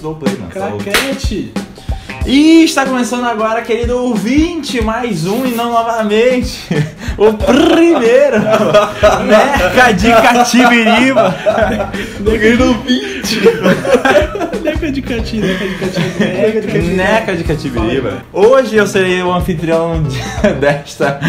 dou play, mano. Só ouve. Craquete! E está começando agora, querido ouvinte, mais um e não novamente. O primeiro Neca de Catibiriba. Querido ouvinte! Neca de cati, neca de Né? cati. Neca de cati. Neca de Catibiriba. Hoje eu serei o anfitrião de- desta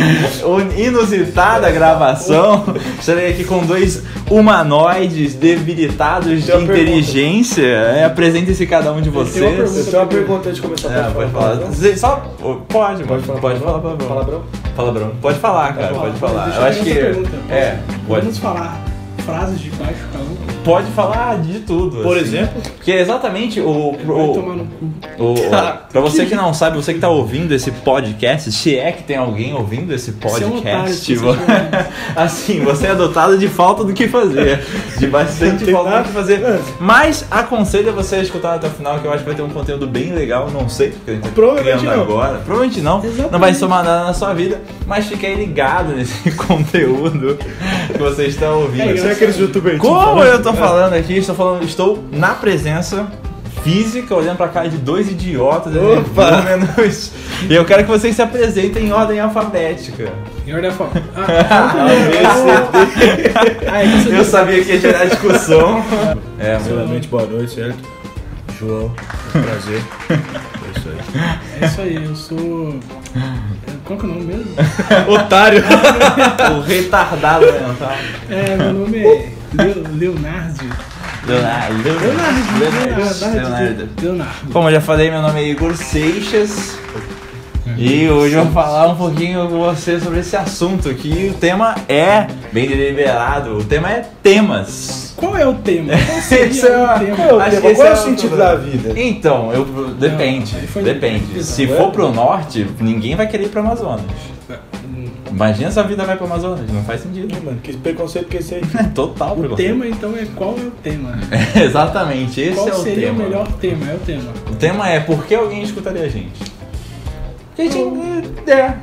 inusitada gravação. Estarei aqui com dois humanoides debilitados de Tem uma pergunta. inteligência. É, Apresentem-se cada um de Tem uma pergunta. vocês. Eu tenho uma pergunta antes de começar. É, pode falar. palavrão? Zé, Só, pode, pode, falar, pode falar, pode falar. Palavrão? Fala, Bruno. Pode falar, cara, pode Pode falar. falar. Eu acho Deixa que. eu fazer outra pergunta. É, pode, Vamos falar frases de baixo um, calão. pode falar de tudo. Por assim. exemplo? Porque é exatamente o. Vai o, tomar no cu. o, o- pra você que não sabe, você que tá ouvindo esse podcast, se é que tem alguém ouvindo esse Você é um otário, podcast, se você vo- assim, você é dotado de falta do que fazer. De bastante Tem falta do nada. que fazer. Mas aconselho você a escutar até o final, que eu acho que vai ter um conteúdo bem legal. Não sei, porque a gente tá Provavelmente criando não. agora. Provavelmente não. Não vai somar nada na sua vida, mas fique aí ligado nesse conteúdo que você está ouvindo. É, Será aqueles youtubers? Como eu É. tô falando aqui, estou falando, estou na presença física, olhando pra cara de dois idiotas, né? Opa! menos. E eu quero que vocês se apresentem em ordem alfabética. Em ordem alfabética. Ah, ah, então é Eu sabia que ia gerar discussão. É, mano. Primeiramente, boa noite, certo? João, prazer. É isso aí. É isso aí, eu sou. Qual que é o nome mesmo? Otário! o retardado tá? mental. É, meu nome é Leo- Leonardo. Leonardo. Leonardo. Leonardo. Leonardo. Leonardo. Leonardo. Como eu já falei, meu nome é Igor Seixas. E Uhum. hoje eu vou falar um pouquinho com você sobre esse assunto, que o tema é bem deliberado, o tema é temas. Qual é o tema? Qual seria Esse é o uma- tema? Qual é o Acho tema? que esse Qual é o é o sentido problema. da vida? Então, eu depende, ele foi- depende. Se Não é? for pro norte, ninguém vai querer ir pro Amazonas. Imagina se a vida vai pro Amazonas, não faz sentido. Ih, Mano, que preconceito que é esse aí? É total O preconceito. tema então é qual é o tema? Exatamente, esse qual é o seria tema. o melhor tema? É o tema. O tema é por que alguém escutaria a gente? Gente, é,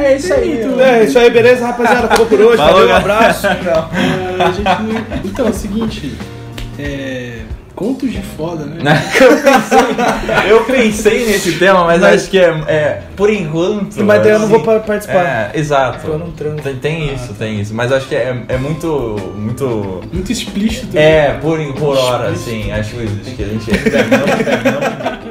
é, isso aí. muito, né? É, isso aí, beleza, rapaziada? Acabou por hoje. Falou, Valeu, um galera. abraço. Ah, a gente não- Então, é o seguinte. É... Contos de foda, né? Eu pensei nesse tema, mas, Mas- acho que é, é, por enquanto. Mas daí eu não assim, vou pa- participar. É, exato. Eu não transo. Tem, tem isso, tem isso. Mas acho que é, é muito. muito. Muito explícito. É, por, por hora, assim, as coisas que a gente.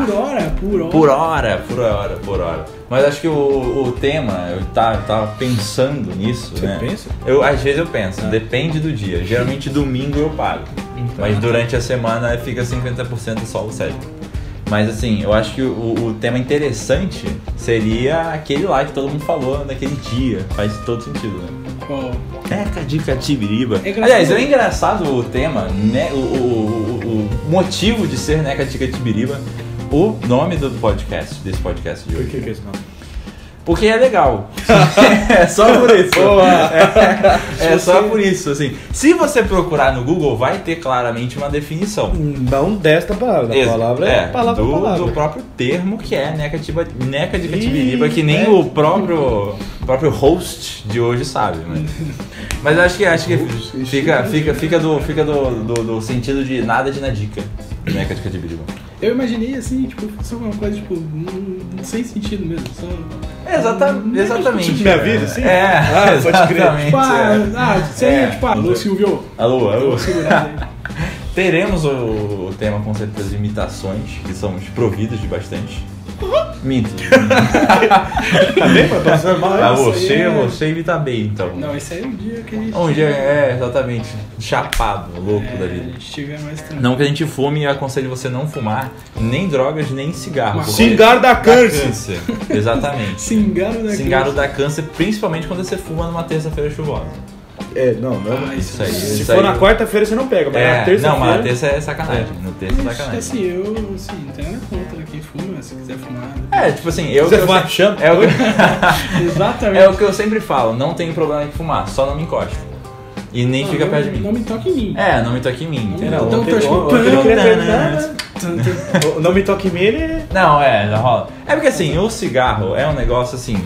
Por hora, por hora. Por hora, por hora, por hora. Mas acho que o, o tema, eu tava, eu tava pensando nisso, Você né? pensa? Eu, às vezes eu penso, depende do dia. Geralmente domingo eu pago. Mas durante a semana fica 50% só o cérebro. Mas assim, eu acho que o, o tema interessante seria aquele lá que todo mundo falou naquele dia. Faz todo sentido, né? Qual? Teca de Catibiriba. É engraçado. Aliás, é engraçado o tema, né? O, o- o- o motivo de ser Neca de Catibiriba, o nome do podcast, desse podcast de Por hoje. que que é isso, não? Porque é legal. é só por isso. É, é só por isso, assim. Se você procurar no Google, vai ter claramente uma definição. Hum, Não desta palavra. A Ex- palavra é palavra do, por palavra. do próprio termo que é neca, tiba, neca de catibiriba, Ih, que nem né? o próprio, próprio host de hoje sabe. Mas, mas acho que acho que é fica, fica, fica, do, fica do, do, do sentido de nada de na dica. Neca de catibiriba. Eu imaginei assim, tipo, só uma coisa, tipo, hum, sem sentido mesmo. Só... um- Exata, exatamente. Tipo, minha cara. vida, assim? É, Ah, pode crer. exatamente. Tipo, ah, é. ah, seria É. tipo, ah, alô Silvio, Alô, alô. vou segurar né? aí. Teremos o, o tema com certeza de imitações, que somos providos de bastante. Uhum. Minto. Tá bem, mas parece normal. Ah, é isso. você, é- você imita bem, então. Não, esse aí é o dia que a gente. Onde é, é, exatamente, chapado, louco da é, A vida. gente tiver mais tranquilo. Não que a gente fume, eu aconselho você não fumar nem drogas, nem cigarro. porque Cingar da dá câncer. Exatamente. Singaro da Cingaro dá câncer, principalmente quando você fuma numa terça-feira chuvosa. É, não, não. Ah, Isso aí, Se isso é for aí. na quarta-feira você não pega, mas é, na terça-feira. Não, mas na terça é sacanagem. No terça é Mas, sacanagem. Assim, eu, assim, não tenho nada contra quem fuma, se quiser fumar. É, tipo assim, eu. Você eu fuma sempre- champ? é, o que, Exatamente. é o que eu sempre falo, não tem problema em fumar, só não me encosta. E nem Não, fica Ah, não- perto de mim. Não me toque em mim. É, não me toque em mim, Era entendeu? Então, ontem, tá escutando. ontem é eu queria perguntar, né? Tanto- O Não me toque em mim, ele Não, é, já rola. É porque é assim, o cigarro é um negócio assim.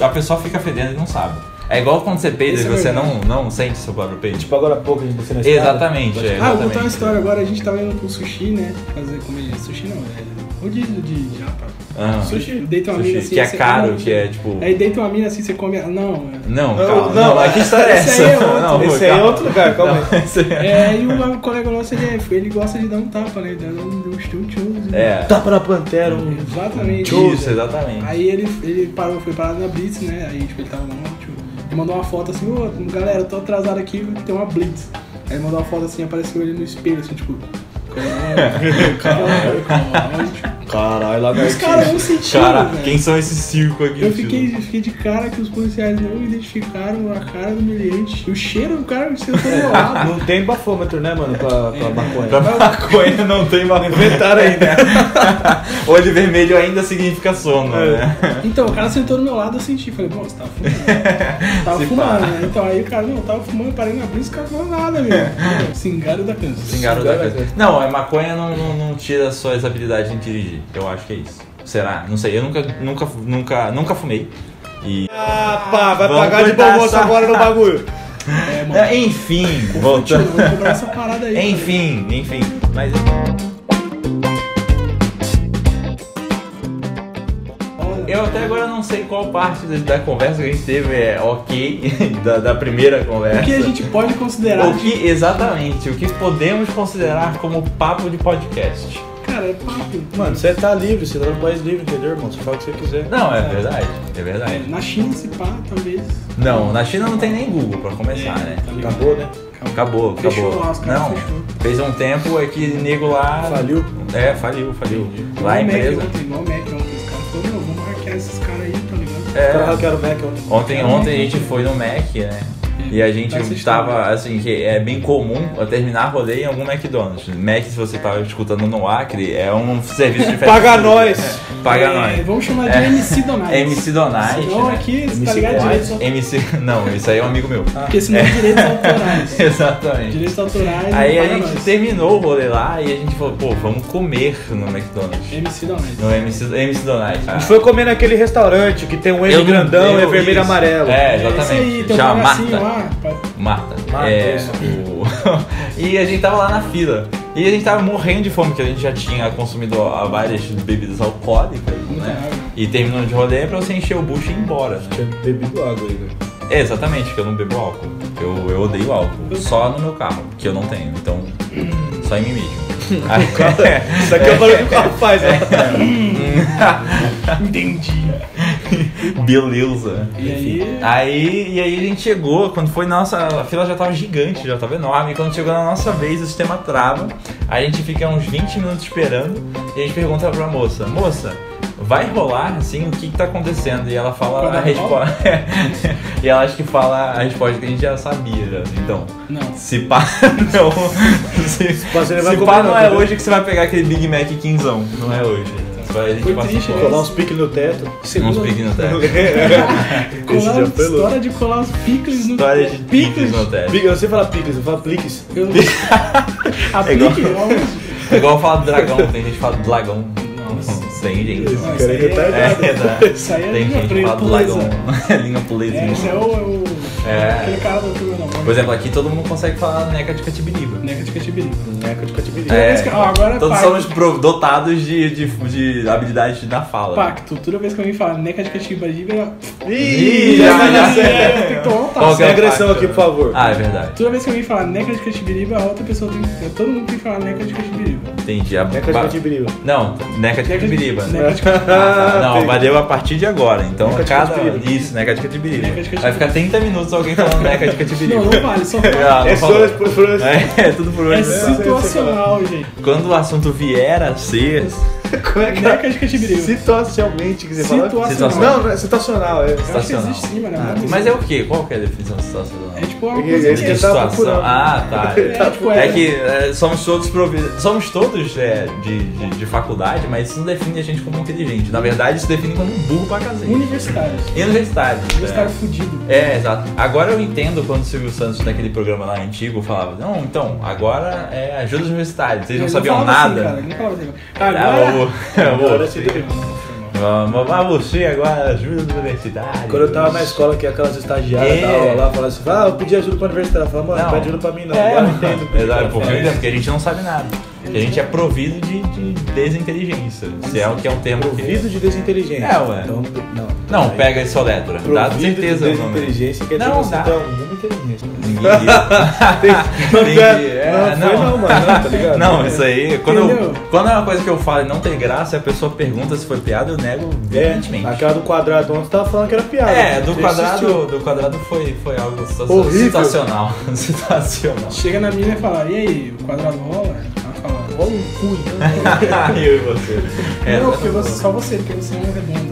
a pessoa fica fedendo e não sabe. É igual quando você peida e Isso é você não, verdade. não sente seu próprio peito. Tipo, agora há pouco a gente desceu na escada. Exatamente, é, Ah, exatamente. vou contar uma história agora. A gente tava indo pro sushi, né? Fazer comer sushi não, é rodízio de japa. Ah, Sushi, deita uma sushi, mina assim. que é você caro, come- que é tipo. Aí deita uma mina assim, você come. ela. Não, é. Não, Não, calma. não, Não, que história é esse essa? aí é outro. Não, Esse pô, aí é calma. outro lugar, calma aí. Não, esse aí É, e o colega nosso, ele, é- ele gosta de dar um tapa, né? Ele dá um um chute, um- É. Tapa na pantera, um. Exatamente. Isso, exatamente. Aí ele, ele parou, foi parado na Blitz, né? Aí tipo, ele tava lá, tipo, ele mandou uma foto assim, ô galera, eu tô atrasado aqui, tem uma Blitz. Aí ele mandou uma foto assim, apareceu ele no espelho, assim, tipo. Caralho, caralho, caralho. Tipo, Caralho, lá Os caras não sentiram. Cara, velho. quem são esses cinco aqui? Eu tio? fiquei, fiquei de cara que os policiais não identificaram a cara do milhante. E o cheiro do cara que sentou do meu lado. É. Não tem bafômetro, né, mano, pra, pra maconha. Pra maconha não tem maconha. Inventaram né? ainda. Olho vermelho ainda significa sono, É. né? Então, o cara sentou do meu lado, eu senti. Falei, pô, você tava fumando. tava Se fumando, pá. né? Então aí o cara, não, eu tava fumando, parei na brisa, o cara falou nada, meu. Singaro da canção. Engaro da Engaro da coisa. coisa. Não, a maconha não, não, não tira suas habilidades em dirigir. Eu acho que é isso. Será? Não sei. Eu nunca, nunca, nunca, nunca fumei. E. Ah, pá, vai Vamos pagar de cortar bom moço essa- agora no bagulho. É, mano. É, Enfim, Tio, eu voltando. vou cobrar essa parada aí. Enfim, enfim. Mas. Eu até agora não sei qual parte da da conversa que a gente teve é ok, da, da primeira conversa. O que a gente pode considerar? O que, exatamente, o que podemos considerar como papo de podcast. Cara, é papo. Mano, você tá livre, você tá no país livre, entendeu, irmão? Você fala o que você quiser. Não, é verdade, é É, verdade. na China, se pá, talvez. Não, na China não tem nem Google pra começar, né? tá ligado? Acabou, né? Acabou, acabou. Fechou lá, os caras não, fechou. fez um tempo é que nego lá... Faliu. É, faliu, faliu. Lá a Igual o Mac empresa... Ontem, igual o Mac ontem, os caras falaram, meu, vamos hackear esses caras aí, tá ligado? É. É, Eu quero o Mac ontem. Ontem, ontem a gente foi no Mac, né? E a gente Tá assistindo. tava, assim, que é bem comum terminar rolê em algum McDonald's. Mac, se você tava escutando no Acre, é um serviço diferente. Paga nós! É, paga É, nós. É Vamos chamar de MC Donais. MC Donais. Senão né? aqui, você tá MC ligado Donais. direitos autorais. MC. Não, isso aí é um amigo meu. Porque senão é direitos autorais. Exatamente. Direitos autorais. Aí não a paga gente nós. terminou o rolê lá e a gente falou, pô, vamos comer no McDonald's. MC Donais. É No MC, MC Donald's. A gente foi comer naquele restaurante que tem Eu um M não- grandão, é eu- vermelho isso. e amarelo. É, Esse aí, exatamente. tem um Já negocinho Marta. lá. pá. Marta. Marta, é, isso. o- e a gente tava lá na fila. E a gente tava morrendo de fome, porque a gente já tinha consumido a- várias bebidas alcoólicas, Muita né? Uhum. água. E terminou de rolê é pra você encher o bucho e ir embora, né? Tinha bebido água aí, velho. É, exatamente, porque eu não bebo álcool. Eu, eu odeio álcool. Só no meu carro, que eu não tenho. Então, só em mim mesmo. Aí- Isso aqui é o barulho que o carro faz, né? Entendi. Beleza. E aí? Aí, e aí a gente chegou, quando foi nossa, a fila já tava gigante, já tava enorme. E quando chegou na nossa vez, o sistema trava. A gente fica uns 20 minutos esperando e a gente pergunta pra moça: Moça, vai rolar assim? O que, que tá acontecendo? E ela fala Quando a rola? resposta. e ela acho que fala a resposta que a gente já sabia. já. Então, Não. se pá, não. Se, pá, você vai se comer pá, não não, é entendeu? hoje que você vai pegar aquele Big Mac quinzão. Não é hoje. Você vai- a gente Foi passa triste, por- né? Colar uns piques no teto. uns Segunda- piques no teto. Esse Colar, dia foi louco. história de colar os picles no História de picles no teto. Pique- Eu não sei falar picles, eu falo pliques. Eu... Aplique aonde? É igual falar dragão, tem gente que fala dragão. Nossa. Tem gente. Esse Não, cara é isso aí é- retardado. É, né? Isso aí é Tem língua gente que fala presa. dragão. É língua polesa. É, esse é o... é o- É. Aquele cara do turma, não. Por exemplo, aqui todo mundo consegue falar neca de catibiriba. Nega né? de Catibiri. Neca de cativeiro. É. vez que- ó, agora é. todos pai. somos pro- dotados de, de, de habilidade da fala. Pacto, toda vez que alguém fala neca de Catibiri, eu... Ih, Ih, já, olha só. já, já. eu tenho que tomar um Qual passo. que é o Sem agressão pacto, aqui, né? por favor. Ah, é verdade. Toda vez que alguém fala neca de Catibiriba, a outra pessoa tem que. Todo mundo tem que falar neca de Catibiriba. Entendi. A- Neca de ba- cativeiro. Não, neca de catibiriba. Neca de Ah, tá. Não, Pegou. valeu a partir de agora. Então, Neca de cada. catibiriba. Isso, neca de catibiriba. Neca de catibiriba. Vai ficar 30 minutos alguém falando neca de catibiriba. Não, não vale, só fala. Ah, não É falou. só por por- É, é tudo por hoje. É mesmo. situacional, gente. Quando o assunto vier a ser. Como é que é? Neca de Catibiriba. Situacionalmente que você fala. Situacional. Não, não é situacional, é. Eu acho que existe sim, mano. é uma Mas é o quê? Qual que é a definição de situacional? É tipo uma É coisa isso que que eu é. situação. tava procurando. Ah, tá. É, tipo, É é- que é, somos todos provi- somos todos é, de, de, de faculdade, mas isso não define a gente como inteligente. Na verdade, isso define como um burro pra caseiro. Universitários. E universitário. é assim. Universitário fudido. É. é, exato. Agora eu entendo quando o Silvio Santos, naquele programa lá antigo, falava: Não, então, agora é ajuda os universitários, eles não Ele sabiam falava assim, nada. cara, ele não falava assim. Ah, o- o- Agora. é Agora se- Não, não, foi mal. Vamos lá você agora, ajuda da universidade. Quando eu tava na escola, que aquelas estagiárias É. da aula lá falavam assim, ah, eu pedi ajuda pra universidade. Ela falava, mano, não. pede ajuda pra mim não, É, agora eu entendo. o que que Exato, ela porque, eu faz." entendo, porque a gente não sabe nada. Porque a gente é provido de, de desinteligência. Se é o que é um termo que- Provido de desinteligência. É, ué. Então, não. Não, Aí, pega e soletra. Dá Provido certeza de o nome. desinteligência quer dizer Não, que você dá. tem alguma inteligência. Ninguém Não, Tem que- é, não, foi não. não, mano, não, tá ligado? Não, isso aí. Quando, eu- Entendeu? quando é uma coisa que eu falo e não tem graça, a pessoa pergunta se foi piada, eu nego veementemente. É, aquela do quadrado ontem tava falando que era piada. É, do Você quadrado, insistiu. do quadrado foi, foi algo sensa- Horrível. sensacional. Sensacional. Chega na mina e fala, e aí, o quadrado rola? Ela fala, Olha o um cu, então. eu e você. É, não, tá porque bom. você, só você, porque você é um redondo.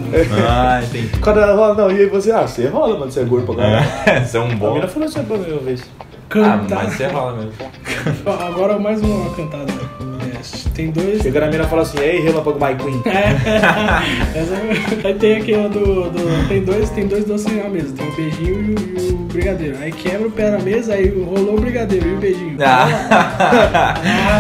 Ah, entendi. O quadrado rola, não. E aí você, ah, você rola, mano, você é gordo pra caralho. É, Você é um A bom. mina falou isso pra mim uma vez. Ah, Canta. mas você rola mesmo. Ó, Agora mais uma cantada. É, tem dois. Chegando a mina e falou assim, ei, relâmpago My Queen. É. Essa- Aí tem aquele do, do- Tem dois, tem dois doces na mesa. Tem o beijinho e o, e o brigadeiro. Aí quebra o pé na mesa, aí rolou o brigadeiro e o beijinho. Ah.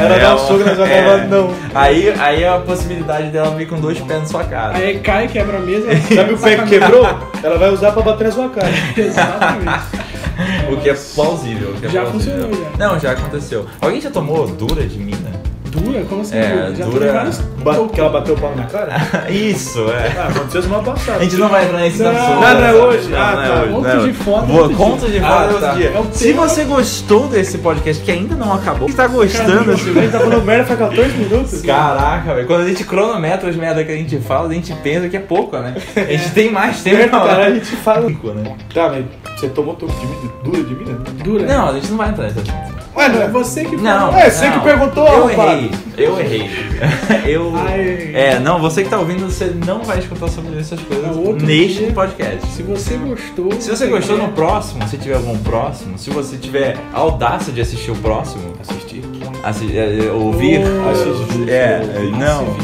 Era É da uma- sogra, mas ela um é. falava, não. Aí, aí é a possibilidade dela vir com dois pés na sua cara. Aí cai, quebra a mesa. Sabe o pé que quebrou? Ela vai usar pra bater na sua cara. Exatamente. O que é plausível. o que é Já plausível. funcionou, já. Não, já aconteceu. Alguém já tomou dura de mina? Dura? Como assim? É, dura? Já dura- tem vários Ba- Que ela bateu o pau na cara? Isso, é. Ah, aconteceu semana passada. A gente não vai entrar nesse Não, assunto. não é sabe? hoje. Ah, tá. hoje, Conto não é de hoje. foto, Boa, outro conto de dia. foto. Ah, tá. outro dia. É o Se tema. você gostou desse podcast, que ainda não acabou, está gostando, A gente tá falando merda faz 14 minutos. Caraca, velho. Quando a gente cronometra as merda que a gente fala, a gente pensa que é pouco, né? A gente tem mais tempo pra Cara, a falar. gente fala. né? Tá, mas você tomou toco de mina? Dura de mina? Dura? Não, a gente não vai entrar nesse assunto. Ué, É você que Não. É, você não. que perguntou, Eu arrombado. errei. Eu errei. eu. Ai. É, não, você que tá ouvindo, você não vai escutar sobre essas É coisas outro neste dia. podcast. Se você gostou. Se você gostou quer- no próximo, se tiver algum próximo, se você tiver audácia de assistir o próximo, Assisti. assi- é, é, ouvir. Oh, assistir. é, é, não.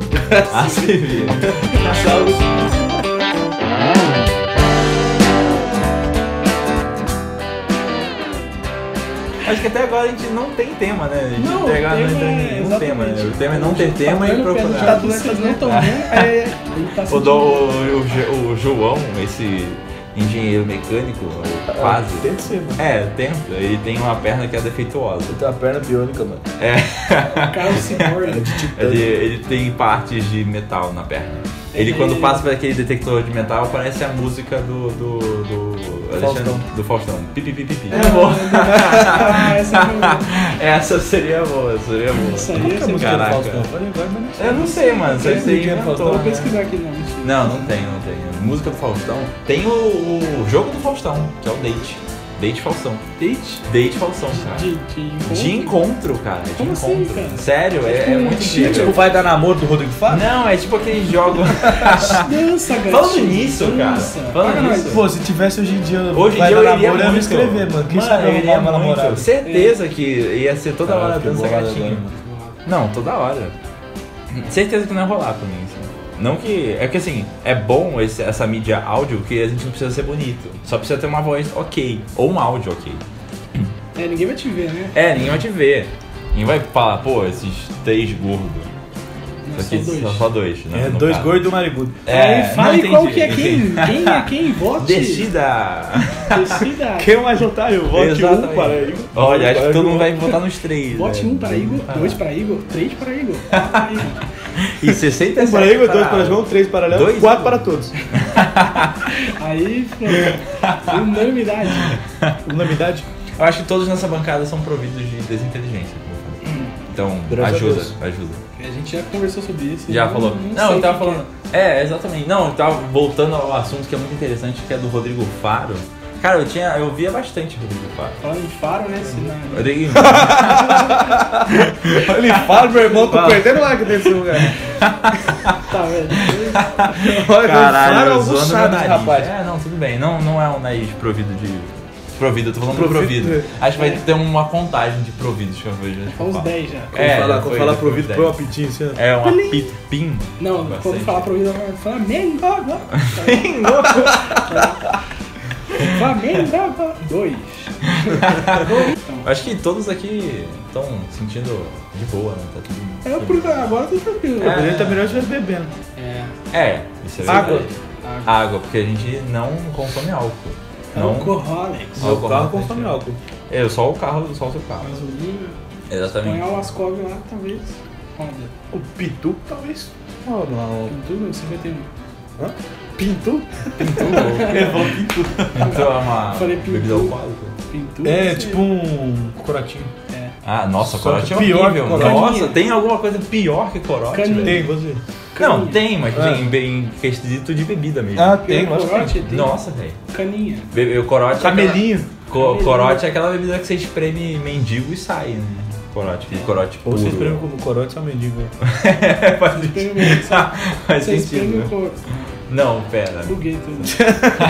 Assistir. Saúde. Acho que até agora a gente não tem tema, né? A gente Não, até agora o não tema tem é- nenhum exatamente. Tá tema, né? O tema é não ter tema e Batendo o pé no procurar. chão, vocês não estão vendo. É, ele tá O, sentindo- do, o, Jo- o João, esse engenheiro mecânico, ou quase. Tem que ser, mano. É, tenta. Ele tem uma perna que é defeituosa. Tem uma perna biônica, mano. O cara é um cyborg. Ele, ele tem partes de metal na perna. Ele, Ele- quando passa por aquele detector de metal, parece a música do. do. do. Alexandre- Faustão. É Do Faustão. Pi, pi, pi, pi, pi. Ah, essa é boa. Essa seria boa, seria boa. Isso aí, essa é Música do Caraca. Faustão. Falei, vai, mas não sei. Eu não sei, mano. Você Tem tem ninguém do inventou, Faustão, Vou né? pesquisar aqui, não, mentira. Não, não tem, não tem. Música do Faustão. Tem o, o jogo do Faustão, que é o Date. Date Faustão. Date? Date Faustão, cara. De, de encontro? De encontro, cara. De Como assim, encontro. cara? Sério, é, é Como muito assim, incrível. Tipo, vai dar namoro do Rodrigo Fábio? Não, é tipo aquele jogo. Dança, gatinho. Falando nisso, cara. Dança. Falando Para nós. nisso. Pô, se tivesse hoje em dia, Hoje em vai dia dar eu iria namoro, eu ia me muito. inscrever, mano. Quem sabe eu eu iria arrumava uma muito. namorada. Certeza que ia ser toda Caralho, hora fiquei dança bolado gatinho. agora, Não, toda hora. Certeza que não ia rolar pra mim isso. Não que. É que assim, é bom esse- essa mídia áudio que a gente não precisa ser bonito. Só precisa ter uma voz ok. Ou um áudio ok. É, ninguém vai te ver, né? É, ninguém vai te ver. Ninguém vai falar, pô, esses três gordos. Não, Só que são só, dois. só dois, né? É, no dois caso. gordos e um narigudo. É, Aí fale não, qual entendi, que é quem. entendi. Quem é quem? um Vote. Descida! Decida. Quem é mais otário? Vote Exatamente. um para um Igor. Olha, acho Para que todo Igor. mundo vai votar nos três. Vote né? um para Igor, dois para Igor, três para Igor, quatro para Igor. E 67 Um para Igor, dois para João, três para tá Dois? um. Léo, quatro para todos. Aí, pronto. Unanimidade. Unanimidade? Eu acho que todos nessa bancada são providos de desinteligência. como eu Hum. falei. Então, Graças a ajuda, Deus. ajuda. A gente já conversou sobre isso. Já eu falou. sei Não, eu o tava que falando. É, exatamente. Não, eu tava voltando ao assunto que é muito interessante, que é do Rodrigo Faro. Cara, eu tinha. Eu via bastante Rodrigo Faro. é. Falando em faro, né? Se na- Rodrigo. Ele fala, meu irmão, tô Fala. perdendo lá que desse lugar. Tá, velho. Olha, Caralho, ele eu zoando fala meu albuçado, nariz. é rapaz. É, não, tudo bem. Não, não é um nariz provido de. Provido, eu tô falando provido. Provido. provido. Acho que vai ter uma contagem de providos que eu vejo. Fala tá uns 10 já. Quando É, falar- foi- quando falar foi pro Vitor, dez. pro apitinho assim, ó. É, uma pi- pin. Não, Tá Bastante. Tá quando falar pro Igor, vai falar Mengo. Flamengo, Brava, Tá dois. Eu Acho que todos aqui estão sentindo de boa, né? Tá tudo. É, por, agora tá tranquilo. A gente tá melhor de vez bebendo. É. É, isso é Água. verdade. Água. Água, porque a gente não consome álcool. É é Não. Alcoholics. Álcool, O carro né? consome álcool. É, só o carro, só o seu carro. Gasolina. Põe Exatamente. o Ascov lá, talvez. Roda. O Pitu talvez. Oh, não. Pintura 51. Hã? Pintu? Levou pintura. Então é uma Falei pintura. bebida alcoólica. Pintura. É, sim. tipo um coratinho. É. Ah, nossa, Só corote que é pior horrível. que corote. Nossa, tem alguma coisa pior que corote, Caninha. velho? Tem, você. Não, Caninha. tem, mas Ah. tem bem quesito de bebida mesmo. tem, lógico que corote, tem. Nossa, velho. Caninha. Bebe- O corote Camelinho. É aquela... Co- Corote é aquela bebida que você espreme mendigo e sai, né? Corote, É. aquele corote Ou puro. você espreme como corote, só mendigo. É, faz Espreme sentido. mesmo, faz Você espreme sentido. o né? cor. Não, pera. Buguei um tudo.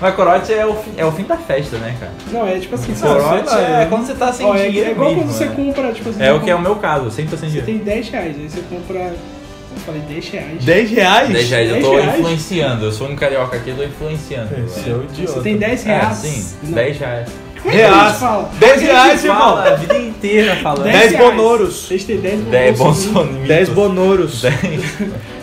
Mas corote é o, fim, é o fim da festa, né, cara? Não, é tipo assim, Não, você- sei Corote lá, é eu- quando você tá sem Ó, é, dinheiro é igual mesmo, quando você né? compra, tipo assim. É você o que é o compra- meu caso, 100% sem Você dinheiro. tem 10 reais, aí você compra. Eu falei 10 reais. 10 reais? 10 reais, eu tô 10 reais? influenciando. Eu sou um carioca aqui, eu tô influenciando. né? Esse é o idiota. Você tem 10 É, reais. sim, Não. 10 reais. Como é que a gente fala? Reais. 10 reais, irmão. Fala a vida inteira falando. 10 reais. bonoros. Vocês têm 10 10 bonoros. bolsonitos. 10 bonoros. 10.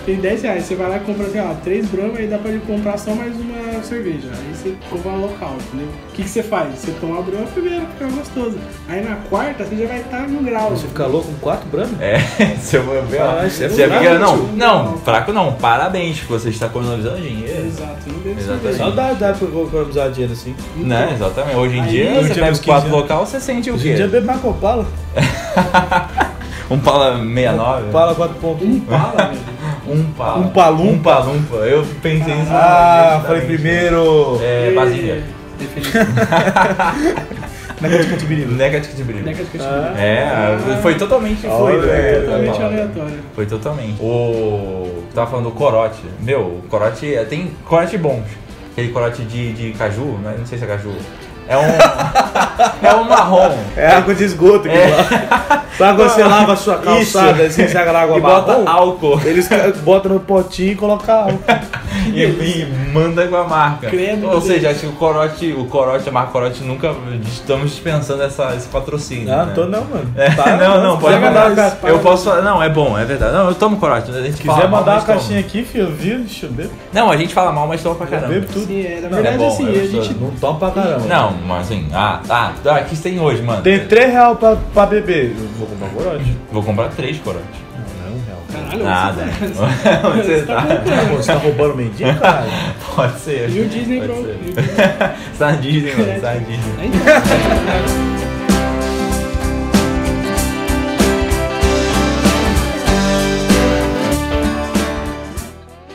Tem 10 reais, você vai lá e compra, sei lá, 3 bramas e dá pra ele comprar só mais uma cerveja. Aí você compra um local, entendeu? O que, que você faz? Você toma a brama primeiro, fica gostoso. Aí na quarta você já vai estar no grau. Você fica louco com 4 bramas? É, seu bebê, ó. Ah, isso é Você fraco, fica, não, tio. não, fraco não, parabéns, que você está economizando dinheiro. Exato, não deve Exatamente. cerveja. Só dá, dá pra eu economizar dinheiro assim. Né, exatamente. Hoje em Aí, dia, hoje você em dia, pega uns os quatro 15 anos. local, você sente o Hoje em quê? dia bebe mais copala. Um pala 69? Pala 4.1. Um bala, velho. Um pala. Um palumpa. Um palumpa. Eu pensei nisso. Ah, imediatamente. falei primeiro. É, bazinga. Definição. Negócio de birilo. Negative de brilho. Década que eu Ah. tive. É, foi totalmente fluido. Olha, é, Totalmente tá bom. aleatório. Foi totalmente. O. Tava falando do corote. Meu, o corote. é- Tem corote bons. Aquele corote de, de caju, né? não sei se é caju. É um. é um marrom. É água de esgoto que É. lá. Sabe quando você lava a sua calçada, assim, saca na água e bota marrom? álcool. Eles ca- botam no potinho e colocam álcool. E, e manda com a marca. Credo, Ou meu seja, acho que o corote, o corote, a marca corote nunca. Estamos dispensando essa, esse patrocínio. Não, né? não tô não, mano. É, Tá, não, não, se pode quiser mandar mandar. uma ca- eu posso falar, não, é bom, é verdade. Não, eu tomo corote. A gente Se quiser mandar uma caixinha aqui, filho, viu? Deixa eu ver. Não, a gente fala mal, mas toma pra Eu caramba. bebo tudo. Sim, é, na Não, verdade, é bom, assim, é a gostoso. gente Não tomo pra caramba. Não, mas assim, ah, ah, tá, aqui você tem hoje, mano. Tem 3 reais pra, pra beber. Eu vou comprar um corote. Vou comprar três corotes. Não, não é um real. Caralho, Nada. você- tá Onde você tá? Pô, você tá roubando mendigo, cara? Pode ser. E o Disney, Pode bro. ser. E o Disney. Você tá na Disney, mano. Você tá na Disney. Aí tá.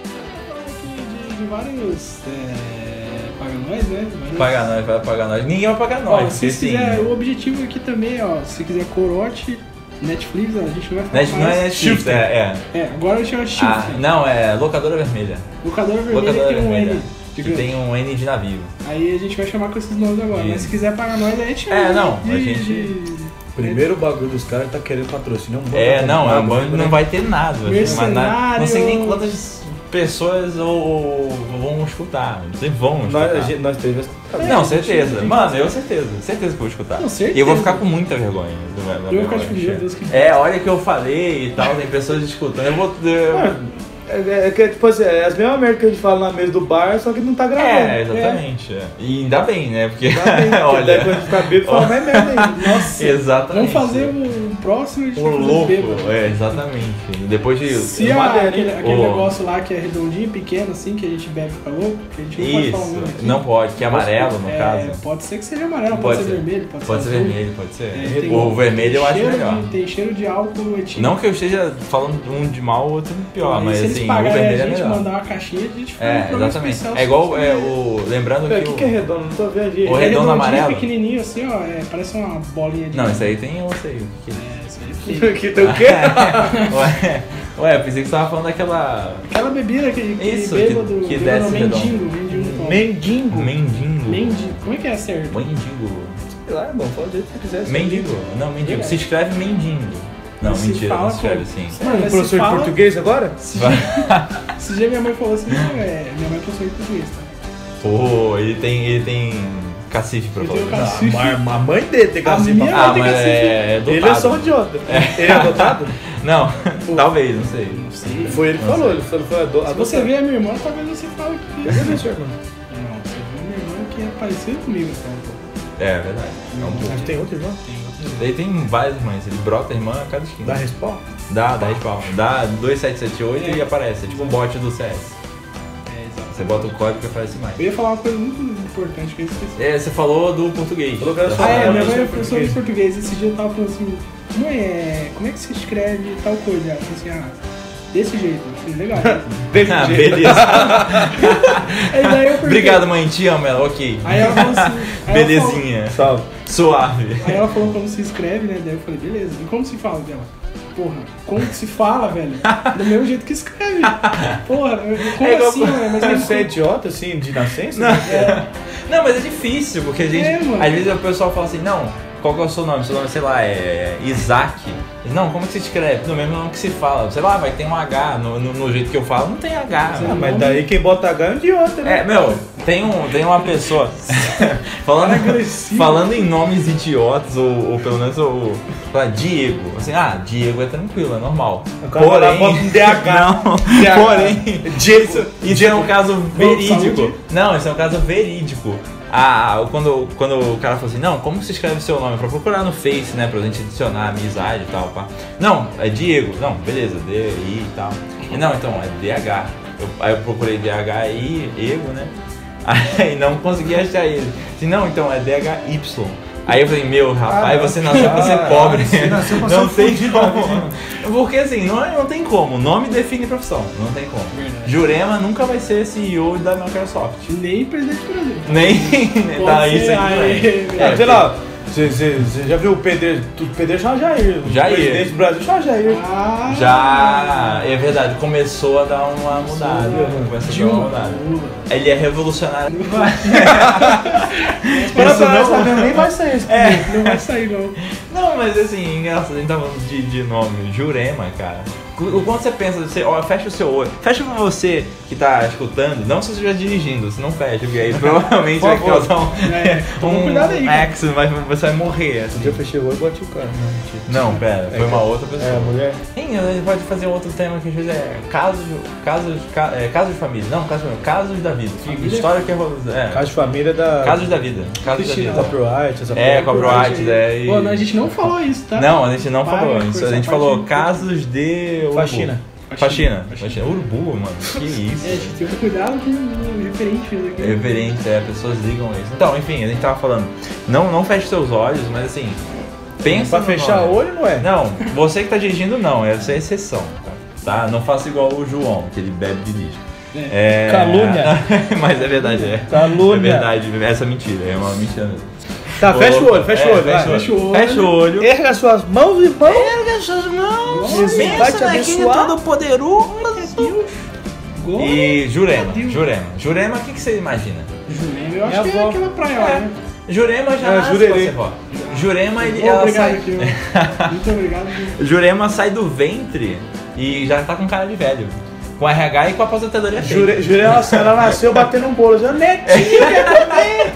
De- de vários é, paganóis, né? Vários- Pagar nós, vai pagar nós. Ninguém vai pagar Ó, nós. se porque você quiser, assim, o objetivo aqui também, ó, se quiser corote, Netflix, ó, a gente não vai falar Net, não é mais. Netflix, é. é. É, agora eu chamo de Ah, Shift. não, é locadora vermelha. Locadora vermelha Locadora tem um vermelha. N. Que digamos. tem um N de navio. Aí a gente vai chamar com esses nomes agora. Mas Isso. se quiser pagar nós, aí a gente É, não, de- a gente- de- Primeiro bagulho dos caras tá querendo patrocínio. um É, banco não, é um complicado, banho que né? não vai ter nada. assim, Mas na- não sei nem Mercenários. quantas pessoas ou, ou vão escutar. Vocês vão escutar. Nós, a gente- nós três vai. Não, certeza. Mano, eu certeza. Certeza que eu vou escutar. é Não, certeza. E eu vou ficar com muita vergonha. do- da Eu vou vergonha ficar tipo, cheia. meu Deus, que- É, olha o que eu falei e tal, tem pessoas escutando. Eu vou. eu- É, é, é que, tipo assim, é as mesmas merdas que a gente fala na mesa do bar, só que não tá gravando. É, exatamente. é. E ainda bem, né? Porque. Tá bem, porque daí quando olha. ficar bêbado, fala mais merda ainda. Nossa. Exatamente. Vamos fazer um próximo e a gente o vai fazer louco. bêbado. É, exatamente. Depois de. Se a- Madeira, aquele, hein? aquele Ô. negócio lá que é redondinho, pequeno, assim, que a gente bebe e fica louco, que a gente não pode falar o Isso. nome aqui. Não pode, que é amarelo, no É, caso. Pode ser que seja amarelo, pode, ser, vermelho, pode, Pode ser azul. vermelho, pode ser. É, tem- o vermelho eu acho cheiro melhor. de- tem cheiro de álcool etílico. Não que eu esteja falando um de mal, outro de pior, Aí mas se eles assim, o pagarem vermelho a é gente melhor. mandar uma caixinha, a gente faz um É, programa exatamente. especial É igual sobre é, isso. o. Lembrando Pera, que. O que, o- que é redondo? Não tô vendo ali. O Ele é redondo redondinho, amarelo? pequenininho assim, ó, é, parece uma bolinha de... Não, isso aí tem eu sei. o que que é. É, isso aí é feio. Que tem o quê? Ué, ué, eu pensei que você tava falando daquela. Aquela bebida que, que Isso, bêbado... que- que bêbado não, desce mendigo, mendigo. não. Mendigo. Mendigo. Mendigo. Como é que é certo? Mendigo. Sei lá, irmão, fala do jeito que você é quiser. Mendigo. Não, mendigo. Se escreve mendigo. Não, Se mentira, não fala se escreve como- assim. Mano, Mas se professor fala- de português agora? "Ah, Esse dia minha mãe falou assim, não, é, minha mãe é professora de português, tá? Pô, ele tem, ele tem cacife pra Ele tem falar. o isso. cacife. a, ma- a mãe dele tem A cacife minha pra Ah, tem mas cacife. é, é dotado. Ele é só um idiota. Ele é adotado? Não, talvez, não sei. Não sei. Foi ele que falou, ele falou, foi ado- Se adotado. você vê a minha irmã, talvez você fale que. Cadê meu senhor, mano? Não, você vê a minha irmã que é parecida comigo, então. É, verdade. Hum, É um pouco. Mas tem outro irmão? Ele tem várias irmãs, ele brota irmã a cada esquina. Dá respawn? Dá, dá respawn. Dá 2778 e aparece. É tipo um bot do CS. É, exato. Você bota o código e aparece mais. Eu ia falar uma coisa muito importante que eu esqueci. É, você falou do português. Falou que era só- Ah, é, minha Eu mãe sou é professora de português. Esse dia eu tava falando assim, mãe, é, como é que se escreve tal coisa? Ela falou assim, ah, desse jeito. Eu falei, legal. Ah, beleza. Aí daí eu perguntei- Obrigado, mãe. Te amo. Ela, ok. Aí ela falou assim... aí ela falou- Belezinha. Salve. Suave. Aí ela falou como se escreve, né? Daí eu falei, beleza. E como se fala dela? Porra, como que se fala, velho? Do mesmo jeito que escreve. Porra, eu- como assim, velho? Mas Mas você é eu- idiota, assim, de nascença? Não. Não, mas é difícil, porque a gente. É, mano. às vezes o pessoal fala assim, não, qual que é o seu nome? Seu nome, sei lá, é Isaac. Não, como que se escreve? No mesmo nome que se fala. Sei lá, vai ter um H. No, no- no jeito que eu falo, não tem H. Ah, mano. mas daí quem bota H é um idiota, né? É, meu, tem, um, tem uma pessoa. falando, agressivo. falando em nomes idiotas, ou, ou pelo menos o. Diego. Assim, ah, Diego é tranquilo, é normal. O cara vai lá, bota um DH. Não, DH. porém. Jason. Isso é um caso verídico. saúde. Não, isso é um caso verídico. Ah, quando, quando o cara falou assim, não, como que se escreve o seu nome? Pra procurar no Face, né? Pra gente adicionar amizade e tal, pá. Não, é Diego. Não, beleza, D-I e tal. E não, então, é DH. Eu, aí eu procurei DH e Ego, né? Aí não consegui achar ele. Assim, não, então, é DHY. Aí eu falei, meu, rapaz, você nasceu pra ser Ah, pobre. você nasceu pra É. não ser tem fudido na como. Porque assim, não, é- não tem como. Nome define profissão. Não tem como. Verdade. Jurema nunca vai ser CEO da Microsoft. Nem presidente do Brasil. Nem. Pode tá ser, isso aí, aí. é, também. É, sei lá, você- você você já viu o Pedreiro? O Pedreiro chama Jair. O Jair. presidente do Brasil chama Jair. Ah, Já. É verdade, começou a dar uma mudada. Começou a dar uma Dilma. mudada. Lula. Ele é revolucionário. Para Isso pra não- tá saber, nem vai sair isso. Não vai sair, não. Não, mas assim, engraçado, a gente tá falando de, de nome, Jurema, cara. O o quanto você pensa, você, ó, fecha o seu olho, fecha pra você que tá escutando, não se você estiver dirigindo, se não fecha, porque aí provavelmente Por vai favor. causar um, É, toma cuidado aí, um cara. accident, vai, você vai morrer. Um dia Assim. eu fechei o olho e bati o cara. né? Não, mentira. Não, pera, foi uma outra É, a pessoa. mulher. Sim, a gente pode fazer um outro tema que às vezes é casos, casos, ca- é, casos de família, não, casos, de família, casos da vida, Família? história que rolou, é, Caso de família da. casos da vida, casos da Cristina. vida. Copyright, essa É, porra. copyright, né, e- Pô, não, a gente não falou isso, tá? Não, a gente não Para falou com isso. A essa gente parte falou de- casos de. Urubu. Faxina. Faxina. Faxina. Faxina. Urubu, mano. Que É, a isso. gente tem que ter cuidado com o referente aqui. É Reverente, é, pessoas ligam isso. Então, enfim, a gente tava falando. Não, não feche seus olhos, mas assim. Pensa. Pra no fechar o nome. olho, não é? Não, você que tá dirigindo, não. Essa é exceção, tá? Tá? Não faça igual o João, que ele bebe de lixo. É. É... Calúnia. mas é verdade, é. Calúnia. É verdade, essa é mentira, é uma mentira mesmo. Tá, fecha o olho, É, fecha o olho. vai. fecha o olho. Fecha o olho. Erga suas mãos e mãos. Erga suas mãos, é Jesus vai te pensa naquele abençoar. É, Todo-Poderoso. Gol. E Jurema, Deus. Jurema. Jurema, o que, que você imagina? Jurema, eu Minha acho que é avó. aquela praia lá, né? Jurema já É, nasce jurerê. pra ser vó. Jurema, ele, é ela Obrigado, sai... Kio. Muito obrigado, Kio. Jurema sai do ventre e já tá com cara de velho. Com RH e com a aposentadoria Jure, feita. jure, ela, ela nasceu batendo um bolo. Já, É. netinho, quer comer?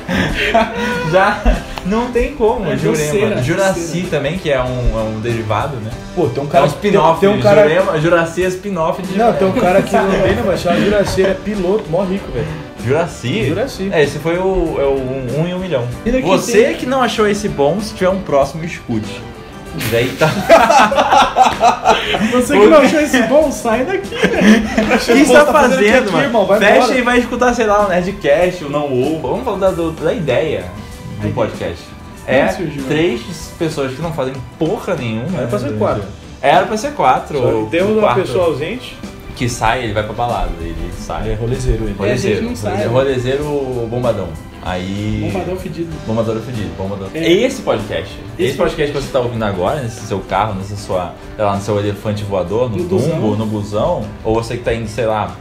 Já não tem como, É, Jurema. doceira, Juraci doceira. também, que é um, é um derivado, né? Pô, tem um É um cara. spin-off. Tem um cara. Jurema, Juraci é spin-off de Não, Jurema. tem um cara que não tem, não, mas chama Juraci, ele é piloto, mó rico, velho. Juraci? Juraci. É, esse foi o, é o um, um em um milhão. E daqui Você tem- que não achou esse bom, se tiver um próximo, escute. E daí tá. Você que não achou esse bom, sai daqui, velho. O que você tá Tá fazendo o que fazendo, aqui, mano? irmão? Vai Fecha embora. e vai escutar, sei lá, o Nerdcast, o Não Ou. Vamos falar da, do- da ideia do podcast. É Como surgiu? três pessoas que não fazem porra nenhuma. né? Era pra ser quatro. Era pra ser quatro. Só ou que Temos uma quarto. pessoa ausente. que sai, ele vai pra balada. Ele sai. É rolezeiro ele. É, a gente não Rolezeiro. sai, rolezeiro, né? rolezeiro bombadão. Aí. Bombadão fedido. Bombador fudido, bombador. É. Esse podcast. Esse, Esse podcast que você tá ouvindo agora, nesse seu carro, nessa sua, sei lá, no seu elefante voador, no, No busão. Dumbo, no busão, ou você que tá indo, sei lá,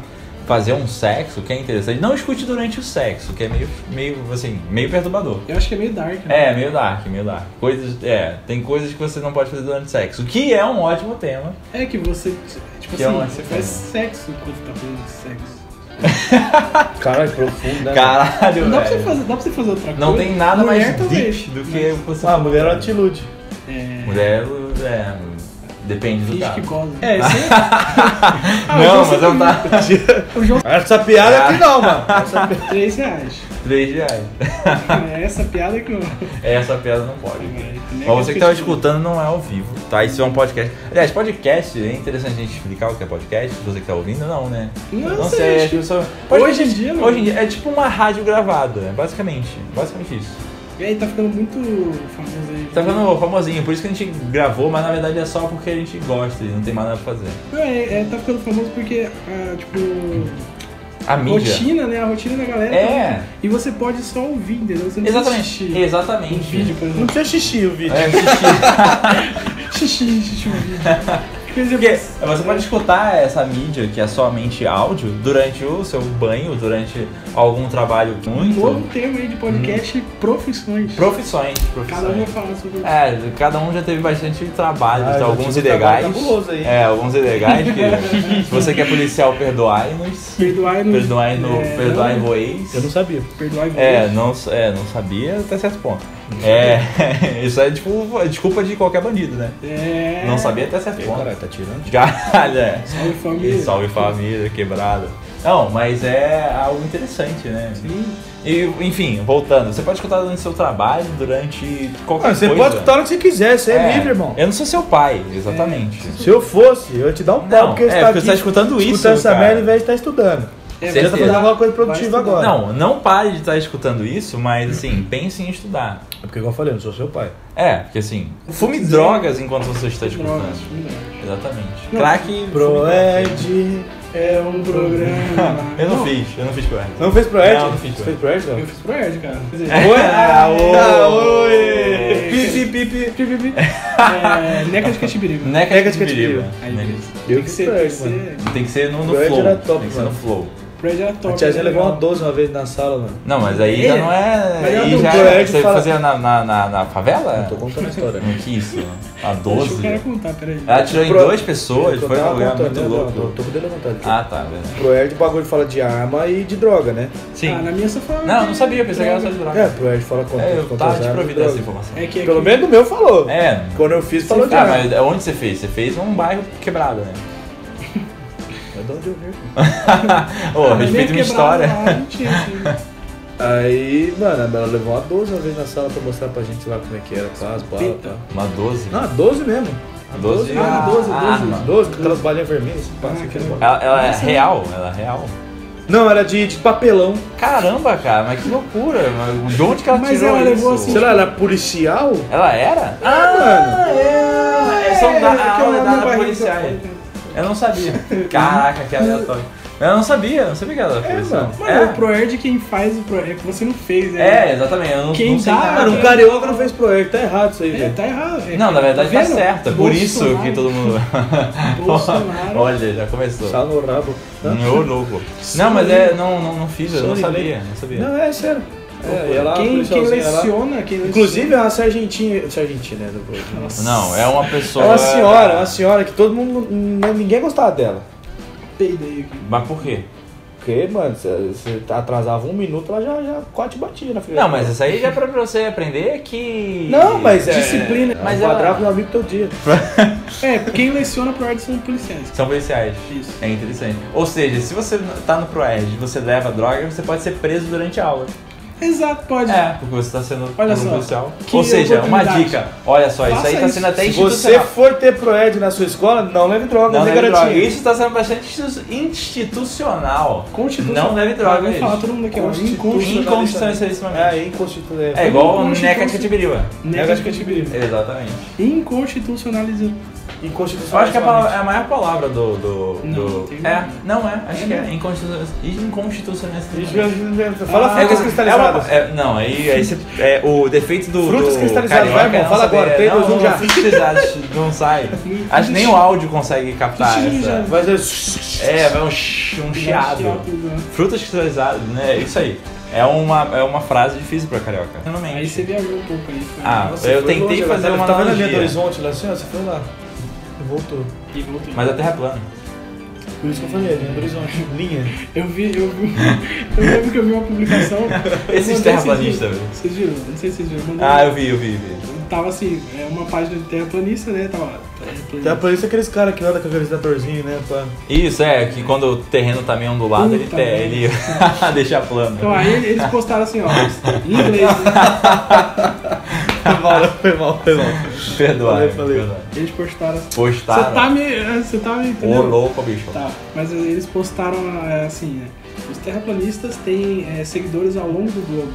fazer um sexo, que é interessante. Não escute durante o sexo, que é meio, meio assim, meio perturbador. Eu acho que é meio dark, né? É, meio dark, meio dark. Coisas, é, tem coisas que você não pode fazer durante o sexo, que é um ótimo tema. É que você, tipo Que é assim, uma você sacana. faz sexo enquanto tá fazendo sexo. Caralho, profundo, né? Caralho, Tá. Dá pra, você velho. fazer, dá pra você fazer outra coisa. É. Não tem nada Mulher, mais talvez. deep do que o você. Ah, mulher ela te ilude. É, Mulher, é. Depende do finge cara. que goza. É, isso aí. Ah, Não, o João mas não tá. O jogo Essa piada aqui não, mano. custa 3 reais. 3 reais. É, É essa piada que eu. Essa piada não pode. Mas Mas você que tava escutando não é ao vivo, tá? Isso é um podcast. Aliás, podcast, é interessante a gente explicar o que é podcast, você que tá ouvindo, não, né? Não Eu sei, acho acho que eu sou... Hoje em dia, não. Hoje em dia, é tipo uma rádio gravada, né? basicamente. Basicamente isso. E aí, tá ficando muito famoso aí. Tá ficando famosinho, por isso que a gente gravou, mas na verdade é só porque a gente gosta e não tem mais nada pra fazer. Não, é, é, tá ficando famoso porque, ah, tipo, A a mídia. rotina, né? A rotina da galera. É. E você pode só ouvir, entendeu? Você não precisa Exatamente. assistir. Um Exatamente. vídeo, por Não exemplo. tinha xixi o vídeo. É, assistir. xixi, xixi, um vídeo. Quer dizer, Uhum. Porque é, você pode escutar essa mídia que é somente áudio durante o seu banho, durante algum trabalho um muito. novo tema aí de podcast, profissões. Profissões, Cada um vai profissões. falar sobre... Uhum. É, cada um já teve bastante trabalho, Ah, tá? já alguns tive trabalho ilegais. cabuloso aí. É, alguns ilegais que se você quer policial, perdoai-nos. Perdoai-nos. Perdoai-no, É, não- perdoai-voeis. Eu não sabia. Perdoai É, vocês. não, é, não sabia até certo ponto. É, isso é tipo desculpa de qualquer bandido, né? É. Não sabia até certo Ei, ponto. Caralho, tá tirando? Caralho, é. Salve E família. salve família, quebrada. Não, mas é algo interessante, né? Sim. E, enfim, voltando, você pode escutar durante seu trabalho, durante qualquer Ah, você coisa. pode escutar onde você quiser, você é, livre, irmão. Eu não sou seu pai, exatamente. Se eu fosse, eu ia te dar um Não, pau, porque é, você tá porque aqui você tá escutando isso, Escutando essa cara. merda ao invés de estar estudando. Você É, Você mas- tá fazendo alguma coisa produtiva Vai estudar. agora. Não, não pare de estar escutando isso, mas assim, pense em estudar. É porque, igual eu falei, eu não sou seu pai. É, porque assim, fume Sim. drogas enquanto você está Drogas, escutando. é verdade. Exatamente. Não. Crack. fume drogas. Proed. É um programa. Eu não fiz, eu não fiz crack. Não fez Proed? Não, não fiz Você Proed. fez Proed, Eu não? fiz pro Ed, cara. Quer dizer, Oi? Ah, ô. Ah, oi! Pipi, pipi. pi, pi, pi. É, Neca de Catibiriba. Neca Neca de de catibiriba. catibiriba. Aí, Neca de- beleza. Tem Eu que fiz ser, pra tem que ele, ser. Tem que ser no, no Proed flow. era top, Tem que ser no mano. flow. Pra ele era top. A tiazinha né? levou uma 12 uma vez na sala, mano. Não, mas aí já É. não Mas é. ela Aí não já Proed você fala- fazia na, na, na, na favela? Tô contando a história. Não, Que isso? A Deixa o 12? cara contar, peraí. Ela tirou em Pro- duas pessoas, Eu foi um tava lugar contando, muito né? louco. Não, Tô com o dedo à vontade. Ah, tá, velho. Proerd, o bagulho fala de arma e de droga, né? Sim. Ah, na minha só falava. Não, eu de não sabia, pensei que era só de droga. droga. É, Proerd fala contra, Ah. É, eu contra tava as de armas e providência essa droga. informação. É que aqui- Pelo menos no meu falou. É. Quando eu fiz, falou de tá, Ah, arma. mas onde você fez? Você fez um bairro quebrado, né? É de onde eu vi. Ô, Ah, respeita mas nem minha quebrava história. né? lá, não tinha, assim. Aí, mano, ela levou uma 12 uma vez na sala pra mostrar pra gente lá como é que era, pás, bala, Eita. pá. Uma 12. Não, 12 mesmo. Doze. Ah, 12, 12. Ah, Doze, com aquelas balinhas vermelhas. Ah, Pá, você quer que bola. Ela, ela é real, ela é real. Não, era de, de papelão. Caramba, cara, mas que loucura. mas De onde que ela Mas tirou ela isso? levou assim- Sei lá, era policial? Ela era? tipo, mano. Ah, é. São da, É, a que eu aula é não dada lembro a policiais. receita. Eu não sabia. Caraca, que aleatório. Eu não sabia, eu não sabia que ela era policial. mano. Mano, o Proerd quem faz o Proerd, é que você não fez, né? É, exatamente. Eu não, Quem não sei dá, nada. Mano, um carioca não fez proer, tá errado isso aí, É, velho. tá errado. é. Não, na verdade tá vendo? certo. é Por isso Bolsonaro. que todo mundo. Bolsonaro. Olha, já começou. Sal no rabo. Hã? Meu louco. Não, mas é. Não, não, não fiz, eu não Sorry, sabia. né? Não sabia. Não, é sério. É, ia lá, Quem, quem policialzinha lá. leciona, quem leciona. Inclusive, é uma sargentinha. Sargentinha, né? do- Não, é uma É pessoa. uma senhora, é uma senhora que todo mundo. Ninguém gostava dela. Peidei aqui. Mas por quê? Porque, mano, você atrasava um minuto, ela já, já quase batia na frente. Não, mas isso aí já é pra pra você aprender que. um Não, mas é. Disciplina. Mas Mas ela- quadrado meu amigo todo dia. É, quem leciona pro Ed são policiais. São policiais. Isso. É interessante. Ou seja, se você tá no Proerd e você leva droga, você pode ser preso durante a aula. Exato, pode. É, porque você tá sendo Olha um só, policial. que Ou seja, uma oportunidade. dica. Olha só, isso Faça aí tá isso. sendo até Se você institucional. for ter proed na sua escola, não leve droga, Não não tem leve droga. garantia. Isso tá sendo bastante institu- institucional. Constitucional. Não leve Ah, droga, vamos gente. falar todo mundo aqui, ó. Constitucional. Inconstitucionalismo. É, inconstitucional. É igual o Constitu- Neca de Catibiriba. Nega de cativeiro. Exatamente. Inconstitucionalismo. Eu Inconstitucional. acho que é a, palavra- é a maior palavra do. do, Não, do- não tem é, nada. não é, acho É que é. mesmo. Inconstitucional- Inconstitucionalismo. É Ah, Fala que frutas as cristalizadas. cristalizadas. é, não, aí, aí você, é, o defeito do. Frutas do cristalizadas, carioca vai, é irmão, não fala saber- agora, três, não, dois, um, não, já. Frutas cristalizadas não sai. Acho que nem o áudio consegue captar Que estilo essa. Mas é. É, vai um, sh- um chiado. Frutas cristalizadas, né? Isso aí. É uma, é uma frase difícil pra carioca. Realmente. Aí você viajou um pouco aí. foi. Ah, Nossa, eu foi tentei longe, fazer ela uma Tá vendo a linha do analogia, horizonte lá assim, ó? Você foi lá. E voltou. E voltou. mas a terra é plana. Por isso que eu falei, linha do horizonte. Linha. Eu vi, eu vi. Eu lembro que eu vi uma publicação. eu Esses mandei, terraplanistas, velho. vocês viram? Vocês viram? Não sei se vocês viram. eu mandei. Ah, eu vi, eu vi, eu vi. Tava assim, é uma página de terraplanista, né? Tava. lá, Até Então, é por isso aqueles caras que nada com aqueles atorzinhos, né? Pra... Isso, é, que quando o terreno tá meio ondulado, ele, Puta te, merda. ele deixa plano. Então aí eles postaram assim, ó, em inglês, né? Foi mal, foi mal, foi mal. Perdoar. Falei, falei. Eles postaram assim. Você Postaram. tá me. Você tá me. né? Ô, Entendeu? louco, bicho. Tá, mas eles postaram é, assim, né? Os terraplanistas têm é, seguidores ao longo do globo.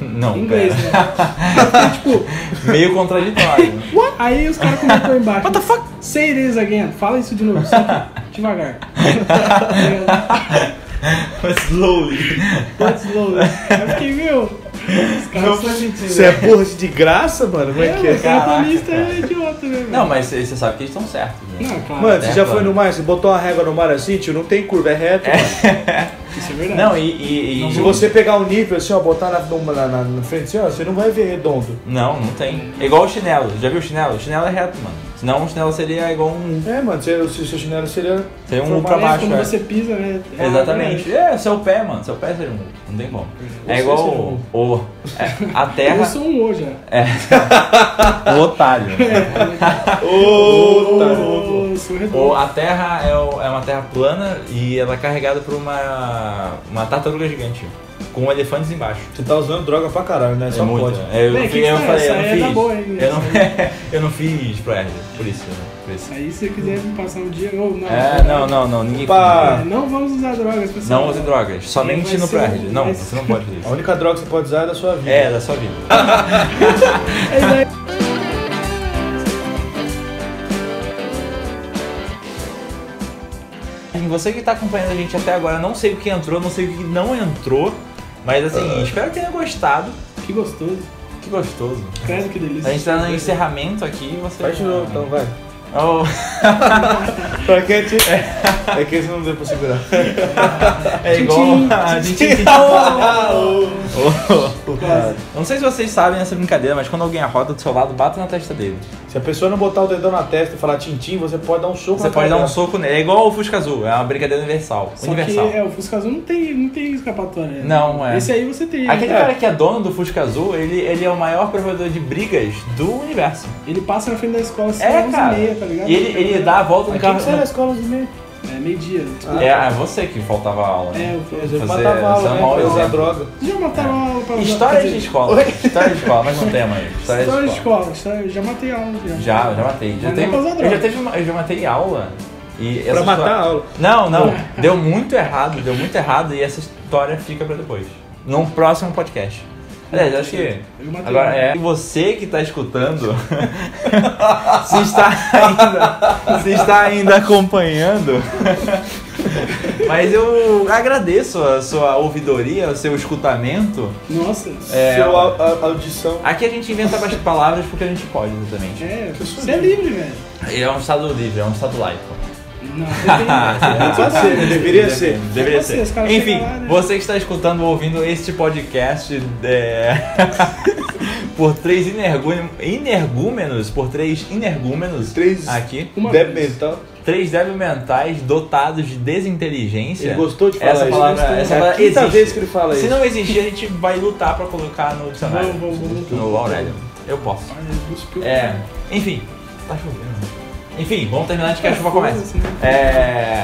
Não, Em inglês, pera. né? Eu fiquei, tipo, Meio contraditório. né? what? Aí os caras comentam aí embaixo. What the fuck? Say this again. Fala isso de novo, só que devagar. Slowly. What's slow? né? Eu fiquei, meu. Os caras são gente. Você é burro de graça, mano? Como é que É, o é? terraplanista é idiota, né? velho? Não, mas você sabe que eles estão certos. Né? Não, é claro. Mano, você já Terra foi plana. no mar, você botou uma régua no mar assim, tio, não tem curva, é reto. mano. Isso é verdade. Não, e. e- e- Se você pegar um nível assim, ó, botar na, na, na- na frente assim, ó, você não vai ver redondo. Não, não tem. É igual o chinelo. Já viu o chinelo? O chinelo é reto, mano. Senão o chinelo seria igual um. É, mano, se o seu chinelo seria. Seria um U formado- pra É, baixo, quando é. você pisa, né? É, Exatamente. É, seu pé, mano. Seu pé seria um. U. Não tem como. É Você igual seria o. um o- é, a Eu terra. sou um hoje, né? o otário. né? Ô, tá louco. Eu sou O, redondo. a terra é, o- é uma terra plana e ela é carregada por uma. uma tartaruga gigante. Com elefantes embaixo. Você tá usando droga pra caralho, né? É Só muito. pode. É, eu, Bem, não que fi- que eu tá falei, essa? eu não Aí é da fiz. boa, hein? eu, não, eu não fiz pro RG, por isso, né? Por isso. Aí se você quiser me passar um dia, ou não. É, não, não, não, ninguém. Opa! É, Não vamos usar drogas, pessoal. Não use drogas, somente Vai no ser- um ProRed. Não, vai- você não pode A isso. única droga que você pode usar é da sua vida. É, da sua vida. É isso aí. E Você que tá acompanhando a gente até agora, não sei o que entrou, não sei o que não entrou, mas assim, espero que tenha gostado. Que gostoso. Que gostoso. Credo, que delícia. A gente tá no encerramento aqui e você. Vai de novo, então, vai. Oh, Pra quem te... É que esse não deu pra segurar. é igual. a gente- Oh, oh. Quase. Eu Não sei se vocês sabem essa brincadeira, mas quando alguém arrota do seu lado, bata na testa dele. Se a pessoa não botar o dedão na testa e falar tintim, você pode dar um soco Você na pode cara dar um dela. soco nele. É igual o Fusca Azul, é uma brincadeira universal. Só universal. que é, o Fusca Azul não tem, não tem escapatória. né? Não, é. Esse aí você tem. né? Aquele É. cara que é dono do Fusca Azul, ele, ele é o maior provedor de brigas do universo. Ele passa na frente da escola às É, 11 cara. e meia, tá ligado? E ele, ele dá a volta no né? Mas quem carro. que sai da escola de meio? É, meio-dia. Ah. É, é você que faltava aula. né? É, o Fusca. Fazer, Fazer- matava isso é aula, um né? mau Pra usar exemplo. droga. Já mataram a... História de escola. escola. História de escola, mas não tem mais. História, História de de escola. escola. história- Já matei a aula. Já, já matei. Já Mas não teve, pra usar eu droga. já teve uma- eu já matei aula. E essa Pra matar a história- aula. Não, não. Deu muito errado, deu muito errado e essa história fica pra depois. Num próximo podcast. Aliás, acho que. Eu matei Agora aula. é. E Você que tá escutando, se está ainda, se está ainda acompanhando. Mas eu agradeço a sua ouvidoria, o seu escutamento. Nossa. É, Seu a, a- audição. Aqui a gente inventa mais palavras porque a gente pode, exatamente. É, você é livre, velho. Ele é um estado livre, é um estado laico. Não, depende. Não pode ser, né? deveria ser. Deveria Você, os ser. caras Enfim, chegam lá, né? você que está escutando ou ouvindo este podcast é, por três inergúmenos, inergúmenos, por três inergúmenos Três- aqui, Uma Deve vez. mental. três débil mentais dotados de desinteligência. Ele gostou de falar essa isso. palavra, Gostou. essa É a palavra quinta existe. vez que ele fala Se isso. não existir, a gente vai lutar para colocar no dicionário. Vamos, vamos, vamos. No Aurélio. Eu posso. Olha, cuspiu. É, enfim, tá chovendo. Enfim, vamos terminar antes que a chuva comece. Foda-se, né?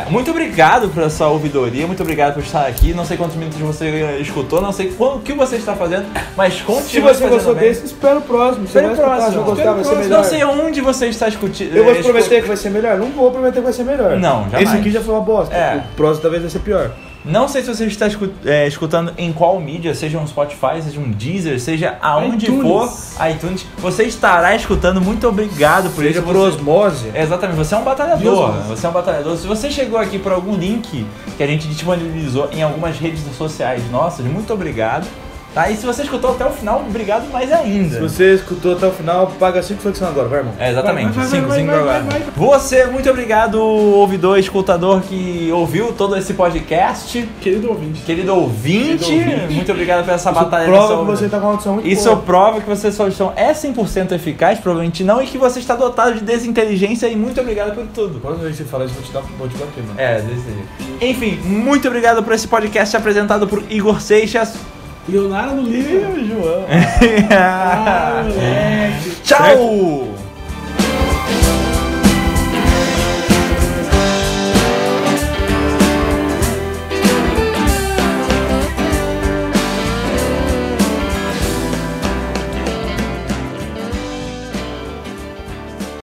É, muito obrigado pela sua ouvidoria, muito obrigado por estar aqui. Não sei quantos minutos você escutou, não sei qual- o que você está fazendo, mas continue Se você tá fazendo gostou bem. desse, espera o próximo. Você Espera vai o escutar, se próximo. não gostar, vai Espera ser o próximo. melhor. Não sei onde você está é, escutando. Eu vou te prometer que vai ser melhor? Não vou prometer que vai ser melhor. Não, jamais. Esse aqui já foi uma bosta. É. O próximo talvez vai ser pior. Não sei se você está escu- é, escutando em qual mídia, seja um Spotify, seja um Deezer, seja aonde iTunes. for, iTunes, você estará escutando. Muito obrigado por Seja isso. por Você- osmose. É, Exatamente, você é um batalhador. Você é um batalhador. Se você chegou aqui por algum link que a gente disponibilizou em algumas redes sociais nossas, muito obrigado. Tá? E se você escutou até o final, obrigado mais ainda. Se você escutou até o final, paga 5 flexão agora, vai, irmão. É, exatamente. Vai, vai, vai, Cinco, vai, cinco vai, agora. vai, vai. Você, muito obrigado, ouvidor, escutador que ouviu todo esse podcast. Querido ouvinte. É. Querido ouvinte, Querido ouvinte. muito obrigado por essa Isso batalha. prova que dessa- você tá com uma audição muito é um- Isso é um- boa. prova que você, sua audição é 100% eficaz, provavelmente não, e que você está dotado de desinteligência e muito obrigado por tudo. Quando a gente falar isso, vou te dar, um vou te bater, mano. É, desse jeito. Enfim, muito obrigado por esse podcast apresentado por Igor Seixas. Leonardo Lima. João. Ah, moleque. Tchau!